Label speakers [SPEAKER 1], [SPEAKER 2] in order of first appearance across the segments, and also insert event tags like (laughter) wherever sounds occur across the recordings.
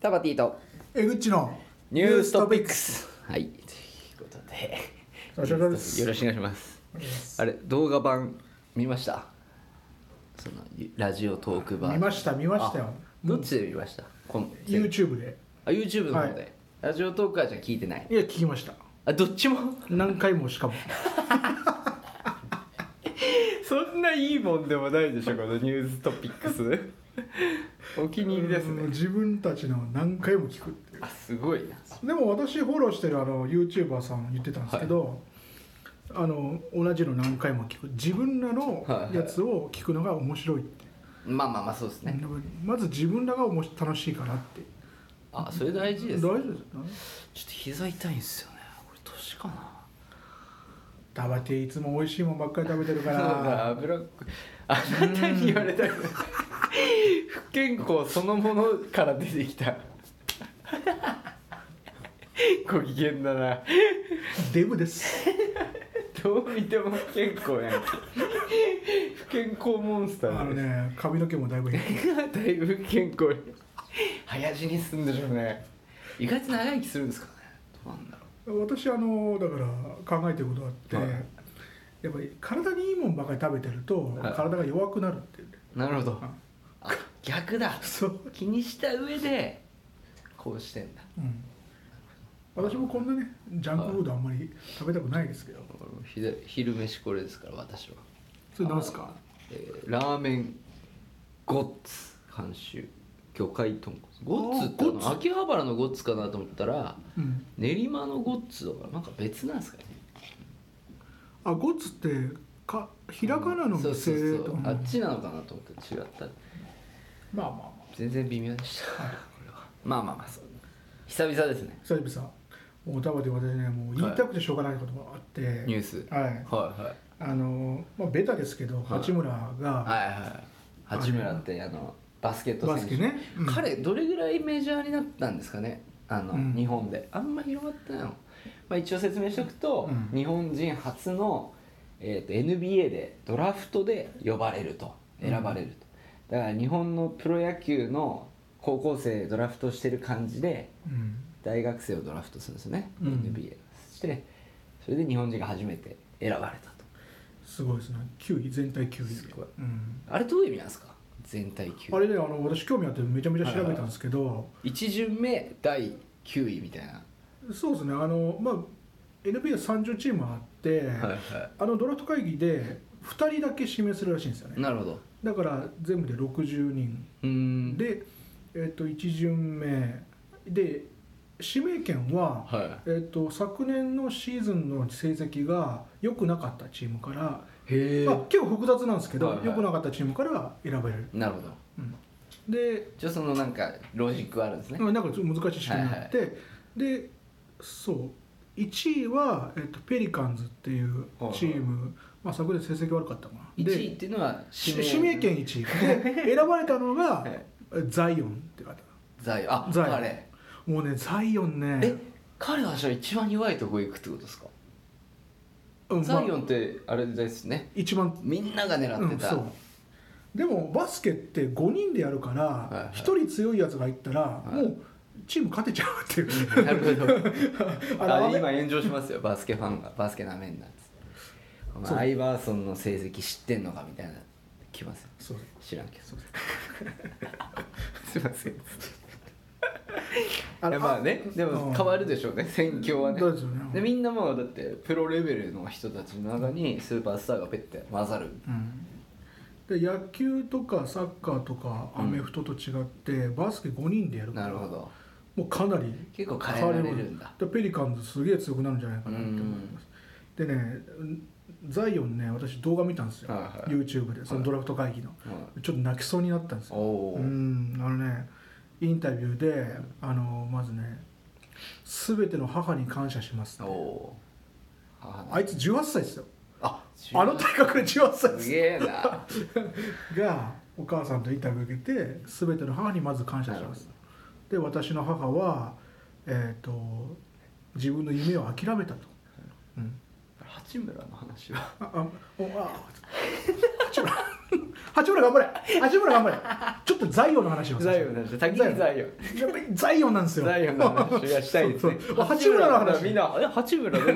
[SPEAKER 1] タバティと
[SPEAKER 2] えぐっちの
[SPEAKER 1] ニューストピックスはいということで
[SPEAKER 2] お疲れ様です
[SPEAKER 1] よろしくお願いしますあれ動画版見ましたそのラジオトーク版
[SPEAKER 2] 見ました見ましたよ
[SPEAKER 1] あどっちで見ました、こん
[SPEAKER 2] YouTube で
[SPEAKER 1] あ YouTube の方で、
[SPEAKER 2] はい
[SPEAKER 1] ラジオトークはじゃあ聞いてない
[SPEAKER 2] いや聞きました
[SPEAKER 1] あどっちも
[SPEAKER 2] 何回もしかも
[SPEAKER 1] そんないいもんでもないでしょこのニューストピックス (laughs) お気に入りです
[SPEAKER 2] うん
[SPEAKER 1] ね
[SPEAKER 2] 自分たちの何回も聞くってい
[SPEAKER 1] あすごいな
[SPEAKER 2] うでも私フォローしてるあの YouTuber さん言ってたんですけど、あの同じの何回も聞く自分らのやつを聞くのが面白いって、
[SPEAKER 1] まあまあまあそうですね、
[SPEAKER 2] まず自分らがおもし楽しいからって
[SPEAKER 1] あそれ大事で
[SPEAKER 2] 大
[SPEAKER 1] すね
[SPEAKER 2] 丈夫ですか
[SPEAKER 1] ちょっと膝痛いんですよねこれ年かな
[SPEAKER 2] 食べていつも美味しいもんばっかり食べてるか
[SPEAKER 1] なんから油っこあなたに言われたくない不健康そのものから出てきたご機嫌だな
[SPEAKER 2] デブです
[SPEAKER 1] どう見ても不健康やん不健康モンス
[SPEAKER 2] あ
[SPEAKER 1] ター
[SPEAKER 2] の
[SPEAKER 1] です
[SPEAKER 2] ね髪の毛もだいぶ減って
[SPEAKER 1] だいぶ不健康に早死にすんでしょうね意外と長生きするんですかねどうなんだろ
[SPEAKER 2] 私あのだから考えてることがあって、
[SPEAKER 1] はい
[SPEAKER 2] やっぱり体にいいもんばかり食べてると、
[SPEAKER 1] はい
[SPEAKER 2] 体が弱くなるっていうね
[SPEAKER 1] うなるほど
[SPEAKER 2] あ
[SPEAKER 1] あ逆だ
[SPEAKER 2] そう、
[SPEAKER 1] 気にした上でこうしてんだ
[SPEAKER 2] うん、私もこんなねジャンクフードあんまり食べたくないですけど、
[SPEAKER 1] 俺もひだ昼飯これですから私は、
[SPEAKER 2] それなんすか
[SPEAKER 1] えーラーメンゴッツ監修魚介豚骨ゴッツってあ
[SPEAKER 2] あーゴッ
[SPEAKER 1] の
[SPEAKER 2] ツ
[SPEAKER 1] 秋葉原のゴッツかなと思ったら
[SPEAKER 2] うん
[SPEAKER 1] 練馬のゴッツとかなんか別なんですかね
[SPEAKER 2] あゴッツってかひらがなの
[SPEAKER 1] そうそう
[SPEAKER 2] 店
[SPEAKER 1] そ
[SPEAKER 2] と
[SPEAKER 1] う
[SPEAKER 2] か
[SPEAKER 1] あっちなのかなと思って違った
[SPEAKER 2] まあまあまあ
[SPEAKER 1] 全然微妙で
[SPEAKER 2] (laughs)
[SPEAKER 1] したこれはまあまあまあそう久々ですね
[SPEAKER 2] 久々さもう食べて私ねもう言いたくてしょうがないことがあって、
[SPEAKER 1] ニュース
[SPEAKER 2] はい
[SPEAKER 1] はいはい
[SPEAKER 2] あのまあベタですけど、八村が
[SPEAKER 1] はいはい八村ってあのバスケット
[SPEAKER 2] バ
[SPEAKER 1] 選
[SPEAKER 2] ス
[SPEAKER 1] 手
[SPEAKER 2] ケね、うん
[SPEAKER 1] 彼どれぐらいメジャーになったんですかねあの、
[SPEAKER 2] うん
[SPEAKER 1] 日本であんま広がってないの、まあ、一応説明しておくと、
[SPEAKER 2] うん
[SPEAKER 1] 日本人初の、えー、と NBA でドラフトで呼ばれると選ばれると、だから日本のプロ野球の高校生ドラフトしてる感じで
[SPEAKER 2] うん
[SPEAKER 1] 大学生をドラフトするんですよね、
[SPEAKER 2] うん
[SPEAKER 1] NBA そしてそれで日本人が初めて選ばれたと
[SPEAKER 2] すごいですね9位全体9位
[SPEAKER 1] すごい
[SPEAKER 2] うん、
[SPEAKER 1] あれどういう意味なんですか全体級
[SPEAKER 2] あれねあの私興味あってめちゃめちゃ調べたんですけど、
[SPEAKER 1] 1巡目第9位みたいな
[SPEAKER 2] そうですねあのまあ NBA30 チームあって、
[SPEAKER 1] は
[SPEAKER 2] あのドラフト会議で2人だけ指名するらしいんですよね
[SPEAKER 1] なるほど
[SPEAKER 2] だから全部で60人
[SPEAKER 1] うーん
[SPEAKER 2] で、えっと1巡目で指名権は、
[SPEAKER 1] は
[SPEAKER 2] えっと昨年のシーズンの成績が良くなかったチームから、
[SPEAKER 1] いへえ
[SPEAKER 2] まあ、結構複雑なんですけど、
[SPEAKER 1] はいはい
[SPEAKER 2] 良くなかったチームから選ばれる、
[SPEAKER 1] なるほど
[SPEAKER 2] うん、で
[SPEAKER 1] じゃあそのなんかロジックはあるんですね
[SPEAKER 2] うんなんかちょっと難しい仕組みになって、でそう1位は、えっと、ペリカンズっていうチーム、まあ、昨年成績悪かったかな
[SPEAKER 1] 1位
[SPEAKER 2] で
[SPEAKER 1] っていうのは
[SPEAKER 2] し指名権1位
[SPEAKER 1] (laughs)
[SPEAKER 2] で選ばれたのが、
[SPEAKER 1] い
[SPEAKER 2] ザイオンって方
[SPEAKER 1] 財あ
[SPEAKER 2] ザイ
[SPEAKER 1] 彼
[SPEAKER 2] もうねザイオンね
[SPEAKER 1] え彼はじゃあ一番弱いとこ行くってことですか
[SPEAKER 2] うん
[SPEAKER 1] ザイオ
[SPEAKER 2] まあ
[SPEAKER 1] ンってあれですね
[SPEAKER 2] 一番、
[SPEAKER 1] みんなが狙
[SPEAKER 2] う
[SPEAKER 1] って
[SPEAKER 2] ん、
[SPEAKER 1] た、
[SPEAKER 2] そうでもバスケって5人でやるから、
[SPEAKER 1] いはい
[SPEAKER 2] 1人強いやつがいったら、
[SPEAKER 1] い
[SPEAKER 2] もうチーム勝てちゃうっていう
[SPEAKER 1] なるほど
[SPEAKER 2] あ
[SPEAKER 1] あ
[SPEAKER 2] の
[SPEAKER 1] れ今炎上しますよバスケファンがバスケなめんなっつってお前
[SPEAKER 2] そう
[SPEAKER 1] アイバーソンの成績知ってんのかみたいな来ますよ
[SPEAKER 2] (laughs) そう
[SPEAKER 1] 知らんけど (laughs) すいません
[SPEAKER 2] あ
[SPEAKER 1] いやまあねで
[SPEAKER 2] う
[SPEAKER 1] も
[SPEAKER 2] ん
[SPEAKER 1] 変わるでしょうね戦況はね
[SPEAKER 2] そうですよね
[SPEAKER 1] でみんなもうだってプロレベルの人たちの中にスーパースターがペッて混ざる
[SPEAKER 2] で野球とかサッカーとかアメフトと違って、バスケ5人でやるか
[SPEAKER 1] な
[SPEAKER 2] ら
[SPEAKER 1] るほど
[SPEAKER 2] もうかなり
[SPEAKER 1] 結構変えられるんだ
[SPEAKER 2] でペリカンズすげえ強くなるんじゃないかなって思いますでねんザイオンね私動画見たんですよ、
[SPEAKER 1] はいはい
[SPEAKER 2] YouTube でそのドラフト会議の、ちょっと泣きそうになったんです
[SPEAKER 1] お
[SPEAKER 2] よ
[SPEAKER 1] おー
[SPEAKER 2] うんあのねインタビューであのまずね「すべての母に感謝します」
[SPEAKER 1] お
[SPEAKER 2] って
[SPEAKER 1] おー
[SPEAKER 2] あいつ18歳ですよ
[SPEAKER 1] あ
[SPEAKER 2] あの体格で18歳です
[SPEAKER 1] すげえな
[SPEAKER 2] がお母さんとインタビューを受けて全ての母にまず感謝しますで私の母は、えー、と自分の夢を諦めたと、うん、
[SPEAKER 1] 八村の話は
[SPEAKER 2] ああおあ八村八村頑張れ八村頑張れちょっとザイオンの話を
[SPEAKER 1] ザイオンなんですよ先にザイオン
[SPEAKER 2] やっぱりザイオンなんですよ
[SPEAKER 1] ザイオンの話がしたいですね
[SPEAKER 2] そうそう八村の話
[SPEAKER 1] みんなえ八村ど
[SPEAKER 2] (laughs)
[SPEAKER 1] こ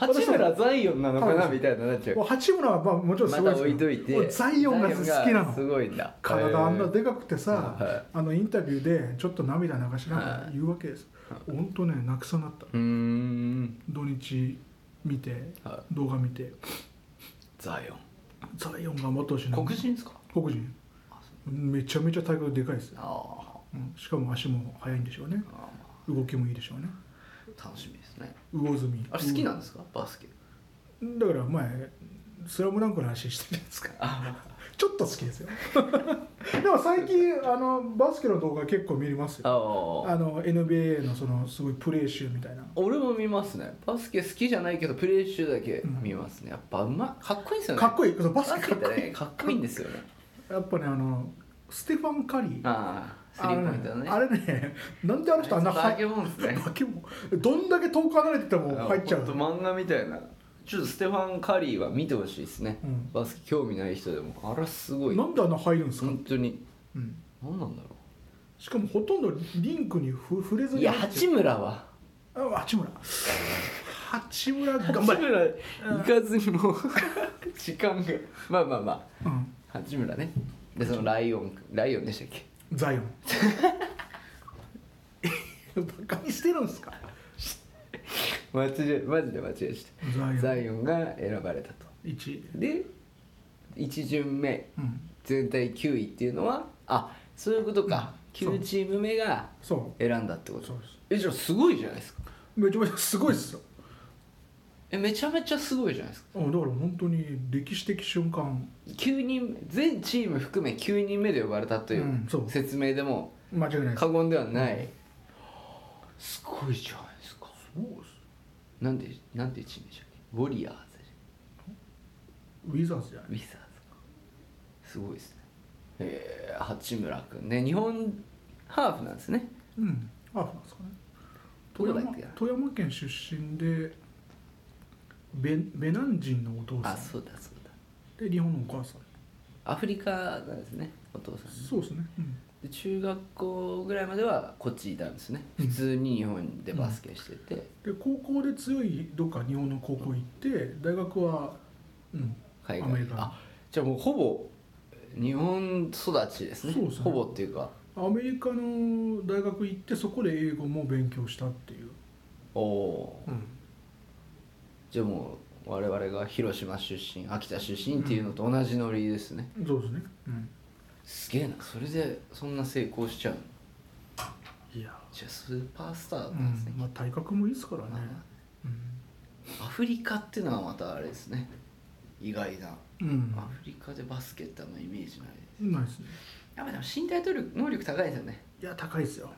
[SPEAKER 1] 八村ザイオンなのかなみたいななっちゃう
[SPEAKER 2] もう八村はまあもちろん
[SPEAKER 1] ますた
[SPEAKER 2] ごい
[SPEAKER 1] 置いとい
[SPEAKER 2] ですけども
[SPEAKER 1] て
[SPEAKER 2] うザイオンが好きな
[SPEAKER 1] ザイオンがす
[SPEAKER 2] の
[SPEAKER 1] ごいんだ
[SPEAKER 2] 体あんなでかくてさ、
[SPEAKER 1] はい
[SPEAKER 2] あのインタビューでちょっと涙流しなが
[SPEAKER 1] は
[SPEAKER 2] ら
[SPEAKER 1] い
[SPEAKER 2] 言うわけです、本当ね泣くさなった
[SPEAKER 1] うーん
[SPEAKER 2] 土日見て、
[SPEAKER 1] は
[SPEAKER 2] 動画見て
[SPEAKER 1] ザイオン
[SPEAKER 2] ザイオン頑張ってほしいな
[SPEAKER 1] 黒人ですか
[SPEAKER 2] 黒人めちゃめちゃ体格でかいですよ、
[SPEAKER 1] あ
[SPEAKER 2] うんしかも足も速いんでしょうね
[SPEAKER 1] あ
[SPEAKER 2] 動きもいいでしょうね
[SPEAKER 1] 楽しみですね
[SPEAKER 2] 魚住
[SPEAKER 1] あれ好きなんですかバスケ
[SPEAKER 2] うんだから前「スラムダンクの話してるじゃないですか
[SPEAKER 1] あ
[SPEAKER 2] (laughs) ちょっと好きですよでも最近あのバスケの動画結構見れますよ
[SPEAKER 1] あ
[SPEAKER 2] あの NBA のそのすごいプレー集みたいな
[SPEAKER 1] 俺も見ますねバスケ好きじゃないけどプレー集だけ見ますねやっぱうまいかっこいいですよね
[SPEAKER 2] かっこ
[SPEAKER 1] いい
[SPEAKER 2] いいその
[SPEAKER 1] バ
[SPEAKER 2] バ
[SPEAKER 1] ス
[SPEAKER 2] ス
[SPEAKER 1] ケ
[SPEAKER 2] ケか
[SPEAKER 1] っ
[SPEAKER 2] ってこいい
[SPEAKER 1] ねかっこいいんですよね
[SPEAKER 2] やっぱねあのステファン・カリー
[SPEAKER 1] ああスリーポイントのね
[SPEAKER 2] あれねなんであの人あんな
[SPEAKER 1] バ
[SPEAKER 2] は
[SPEAKER 1] ケモンです
[SPEAKER 2] (laughs)
[SPEAKER 1] ね
[SPEAKER 2] 化け物どんだけ遠く離れてても入っちゃう
[SPEAKER 1] あほんと漫画みたいなちょっとステファン・カリーは見てほしいですね、
[SPEAKER 2] うん
[SPEAKER 1] バスケ興味ない人でもあらすごい
[SPEAKER 2] なんであんな入るんですか、
[SPEAKER 1] 本当に
[SPEAKER 2] うん
[SPEAKER 1] 何なんだろ
[SPEAKER 2] しかもほとんどリンクにふ触れず
[SPEAKER 1] う
[SPEAKER 2] に
[SPEAKER 1] いや八村は
[SPEAKER 2] あ八村八村頑張
[SPEAKER 1] 八
[SPEAKER 2] れ、
[SPEAKER 1] 村行かずにもう (laughs) 時間がまあまあま
[SPEAKER 2] うん、
[SPEAKER 1] あ八村ねでそのライオンライオンでしたっけ
[SPEAKER 2] ザイオン (laughs) バカにしてるんですか
[SPEAKER 1] 間違えマジで間違えした
[SPEAKER 2] ザイオン
[SPEAKER 1] ザイオンが選ばれたと
[SPEAKER 2] 1位
[SPEAKER 1] で1巡目
[SPEAKER 2] うん
[SPEAKER 1] 全体9位っていうのはあそういうことか
[SPEAKER 2] そう
[SPEAKER 1] 9チーム目が
[SPEAKER 2] そ
[SPEAKER 1] 選んだってこ
[SPEAKER 2] うそ
[SPEAKER 1] と
[SPEAKER 2] うです
[SPEAKER 1] えじゃあすごいじゃないですか
[SPEAKER 2] めちゃめちゃすごいっすよ、
[SPEAKER 1] えめちゃめちゃすごいじゃないですか
[SPEAKER 2] うん、だから本当に歴史的瞬間
[SPEAKER 1] 9人全チーム含め9人目で呼ばれたという
[SPEAKER 2] うんそう
[SPEAKER 1] 説明でも
[SPEAKER 2] 間違いないです
[SPEAKER 1] 過言ではないすごいじゃないですか
[SPEAKER 2] そうっす
[SPEAKER 1] なんでなんでチームでしたっけウォリアーズ
[SPEAKER 2] ウィザーズじゃない
[SPEAKER 1] ウィザーズかすごいですねえー、八村君ね日本ハーフなんですね
[SPEAKER 2] うんハーフなんですかね富
[SPEAKER 1] どこだ
[SPEAKER 2] 山
[SPEAKER 1] っけな
[SPEAKER 2] 富山県出身でベベナン人のお父さ
[SPEAKER 1] あ
[SPEAKER 2] ん
[SPEAKER 1] そうだそうだ
[SPEAKER 2] で日本のお母さん
[SPEAKER 1] アフリカなんですねお父さんね
[SPEAKER 2] そうですね、うん、
[SPEAKER 1] で中学校ぐらいまではこっちいたんですね
[SPEAKER 2] うん
[SPEAKER 1] 普通に日本でバスケしてて、
[SPEAKER 2] で高校で強いどっか日本の高校行って大学は、うん、
[SPEAKER 1] 海
[SPEAKER 2] アメ
[SPEAKER 1] 外
[SPEAKER 2] リカ
[SPEAKER 1] あじゃあもうほぼ日本育ちですね
[SPEAKER 2] そうですね
[SPEAKER 1] ほぼっていうか
[SPEAKER 2] アメリカの大学行ってそこで英語も勉強したっていう、
[SPEAKER 1] おおーじゃあもう我々が広島出身秋田出身っていうのと同じノリですね、
[SPEAKER 2] そうですね、うん、
[SPEAKER 1] すげえなそれでそんな成功しちゃうの
[SPEAKER 2] いや、
[SPEAKER 1] じゃあスーパースター
[SPEAKER 2] う
[SPEAKER 1] なんです
[SPEAKER 2] ん
[SPEAKER 1] ね、
[SPEAKER 2] まあ、体格もいいですからね
[SPEAKER 1] ま、
[SPEAKER 2] う
[SPEAKER 1] あアフリカっていうのはまたあれですね意外な、
[SPEAKER 2] んうん
[SPEAKER 1] アフリカでバスケってあんまイメージないです
[SPEAKER 2] ないですね
[SPEAKER 1] やっぱでも身体能力能力高いですよね
[SPEAKER 2] いや高いですよ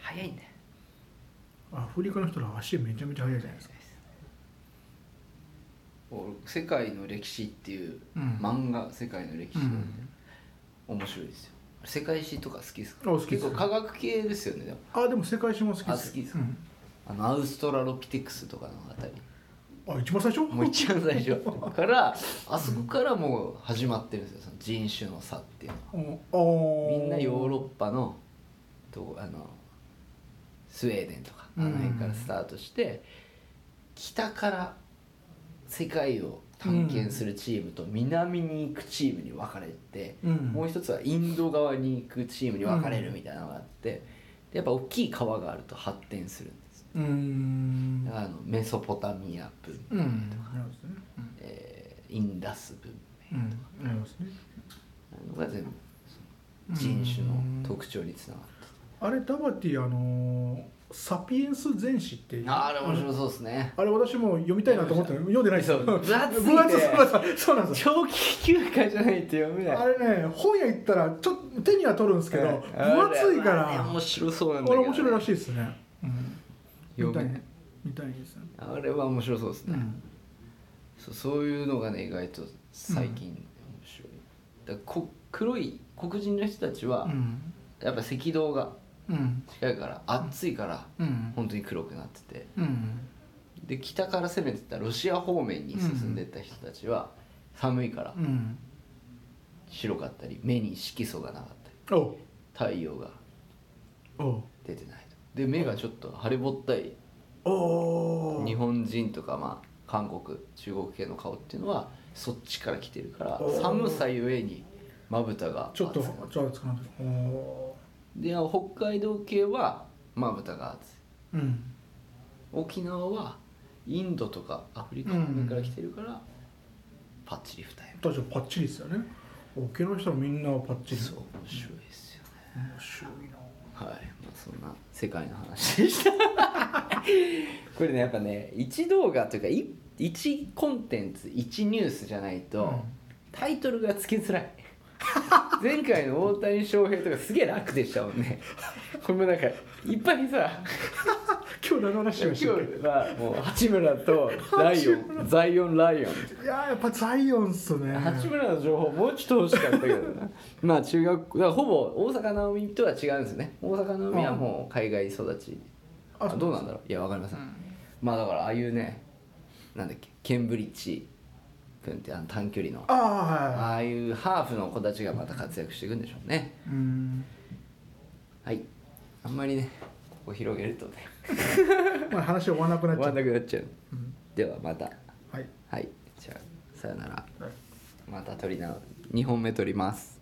[SPEAKER 1] 早いんだよ
[SPEAKER 2] アフリカの人ら足めちゃめちゃ速いじゃないですか
[SPEAKER 1] 俺「世界の歴史」っていう
[SPEAKER 2] うん
[SPEAKER 1] 漫画「世界の歴史」
[SPEAKER 2] うん
[SPEAKER 1] 面白いですよ世界史とか好きですか
[SPEAKER 2] あ好きです
[SPEAKER 1] 結構科学系ですよねでも
[SPEAKER 2] あでも世界史も好きです
[SPEAKER 1] あ好きですか
[SPEAKER 2] うん
[SPEAKER 1] あのアウストラロピテクスとかのあたり
[SPEAKER 2] あ一番最初
[SPEAKER 1] もう一番最
[SPEAKER 2] (laughs)
[SPEAKER 1] 初からあそこからもう始まってるんですよその人種の差っていうのは
[SPEAKER 2] お
[SPEAKER 1] みんなヨーロッ
[SPEAKER 2] ッ
[SPEAKER 1] パのとあのスウェーデンとかあの辺からスタートして、北から世界を探検するチームと南に行くチームに分かれて、
[SPEAKER 2] うん
[SPEAKER 1] もう一つはインド側に行くチームに分かれるみたいなのがあって、でやっぱ大きい川があると発展するんです
[SPEAKER 2] うーん
[SPEAKER 1] あのメソポタミア文明、
[SPEAKER 2] うんなるほどですね
[SPEAKER 1] えーインダス文
[SPEAKER 2] うんうんなるほどですね
[SPEAKER 1] 明なのが全部その人種の特徴につながって
[SPEAKER 2] あれダバティあのーサピエンス全史っていう
[SPEAKER 1] あーあれ面白そうですね、
[SPEAKER 2] あれ私も読みたいなと思って読んでないですよ
[SPEAKER 1] そう分厚すぎて
[SPEAKER 2] 分厚い分厚いそうなんですよ
[SPEAKER 1] 長期休暇じゃないと読めない
[SPEAKER 2] あれね本屋行ったらちょっと手には取るんですけど分厚いか
[SPEAKER 1] あれ
[SPEAKER 2] ら
[SPEAKER 1] 面白そうなんだ
[SPEAKER 2] あ
[SPEAKER 1] け
[SPEAKER 2] れ
[SPEAKER 1] ど、
[SPEAKER 2] 面白いらしい
[SPEAKER 1] い
[SPEAKER 2] ですね、うん、見た
[SPEAKER 1] 読
[SPEAKER 2] い
[SPEAKER 1] めな
[SPEAKER 2] ね
[SPEAKER 1] い
[SPEAKER 2] 見たいですね、
[SPEAKER 1] あれは面白そうです
[SPEAKER 2] う
[SPEAKER 1] ね、
[SPEAKER 2] ん、
[SPEAKER 1] そうそういうのがね意外と最近面白い、だからこ黒い黒人の人たちは、
[SPEAKER 2] うん
[SPEAKER 1] やっぱ赤道が
[SPEAKER 2] うん
[SPEAKER 1] 近いから暑いから
[SPEAKER 2] うん
[SPEAKER 1] 本当に黒くなってて
[SPEAKER 2] うん
[SPEAKER 1] で北から攻めてったロシア方面に進んでった人たちは寒いから
[SPEAKER 2] うん
[SPEAKER 1] 白かったり目に色素がなかったり
[SPEAKER 2] お
[SPEAKER 1] 太陽が
[SPEAKER 2] お
[SPEAKER 1] 出てないとで目がちょっと腫れぼったい
[SPEAKER 2] お
[SPEAKER 1] 日本人とかまあ韓国中国系の顔っていうのはそっちから来てるから
[SPEAKER 2] おー
[SPEAKER 1] 寒さゆえにまぶたが
[SPEAKER 2] ちょっと
[SPEAKER 1] 厚くなる
[SPEAKER 2] ちょっと熱くなってるお
[SPEAKER 1] で北海道系はまぶたが厚い
[SPEAKER 2] ーうん
[SPEAKER 1] 沖縄はインドとかアフリカ
[SPEAKER 2] うん
[SPEAKER 1] から来てるから、パッチリ二重
[SPEAKER 2] 確かにパッチリですよね沖縄の人はみんなパッチ
[SPEAKER 1] 目
[SPEAKER 2] リ
[SPEAKER 1] そう面白いですよね
[SPEAKER 2] 面白いな
[SPEAKER 1] はい、まあ、そんな世界の話でした (laughs) これねやっぱね一動画というかい一コンテンツ一ニュースじゃないと、
[SPEAKER 2] うん
[SPEAKER 1] タイトルがつきづらい (laughs) 前回の大谷翔平とかすげえ楽でしたもんねこれもなんかいっぱいさ
[SPEAKER 2] 今日長話
[SPEAKER 1] 今
[SPEAKER 2] をし
[SPEAKER 1] 日
[SPEAKER 2] てる
[SPEAKER 1] はもう八村とライオンザイオンライオン
[SPEAKER 2] いやーやっぱザイオンっすね
[SPEAKER 1] 八村の情報もうちょっと欲しかったけど (laughs) なまあ中学だからほぼ大阪直美とは違うんですね大阪直美はもう海外育ち
[SPEAKER 2] あ
[SPEAKER 1] あどうなんだろういやわかりません、まあだからああいうねなんだっけケンブリッジ君ってあの短距離の
[SPEAKER 2] ああは
[SPEAKER 1] ああいうハーフの子たちがまた活躍していくんでしょうね
[SPEAKER 2] いうん
[SPEAKER 1] はいあんまりねここ広げるとね
[SPEAKER 2] まあ話終わらなくなっ
[SPEAKER 1] 終
[SPEAKER 2] ちゃ
[SPEAKER 1] わ
[SPEAKER 2] うん
[SPEAKER 1] なくなっちゃう、
[SPEAKER 2] うん
[SPEAKER 1] ではまた
[SPEAKER 2] はい
[SPEAKER 1] はいじゃあさよなら
[SPEAKER 2] はい
[SPEAKER 1] また撮りな2本目撮ります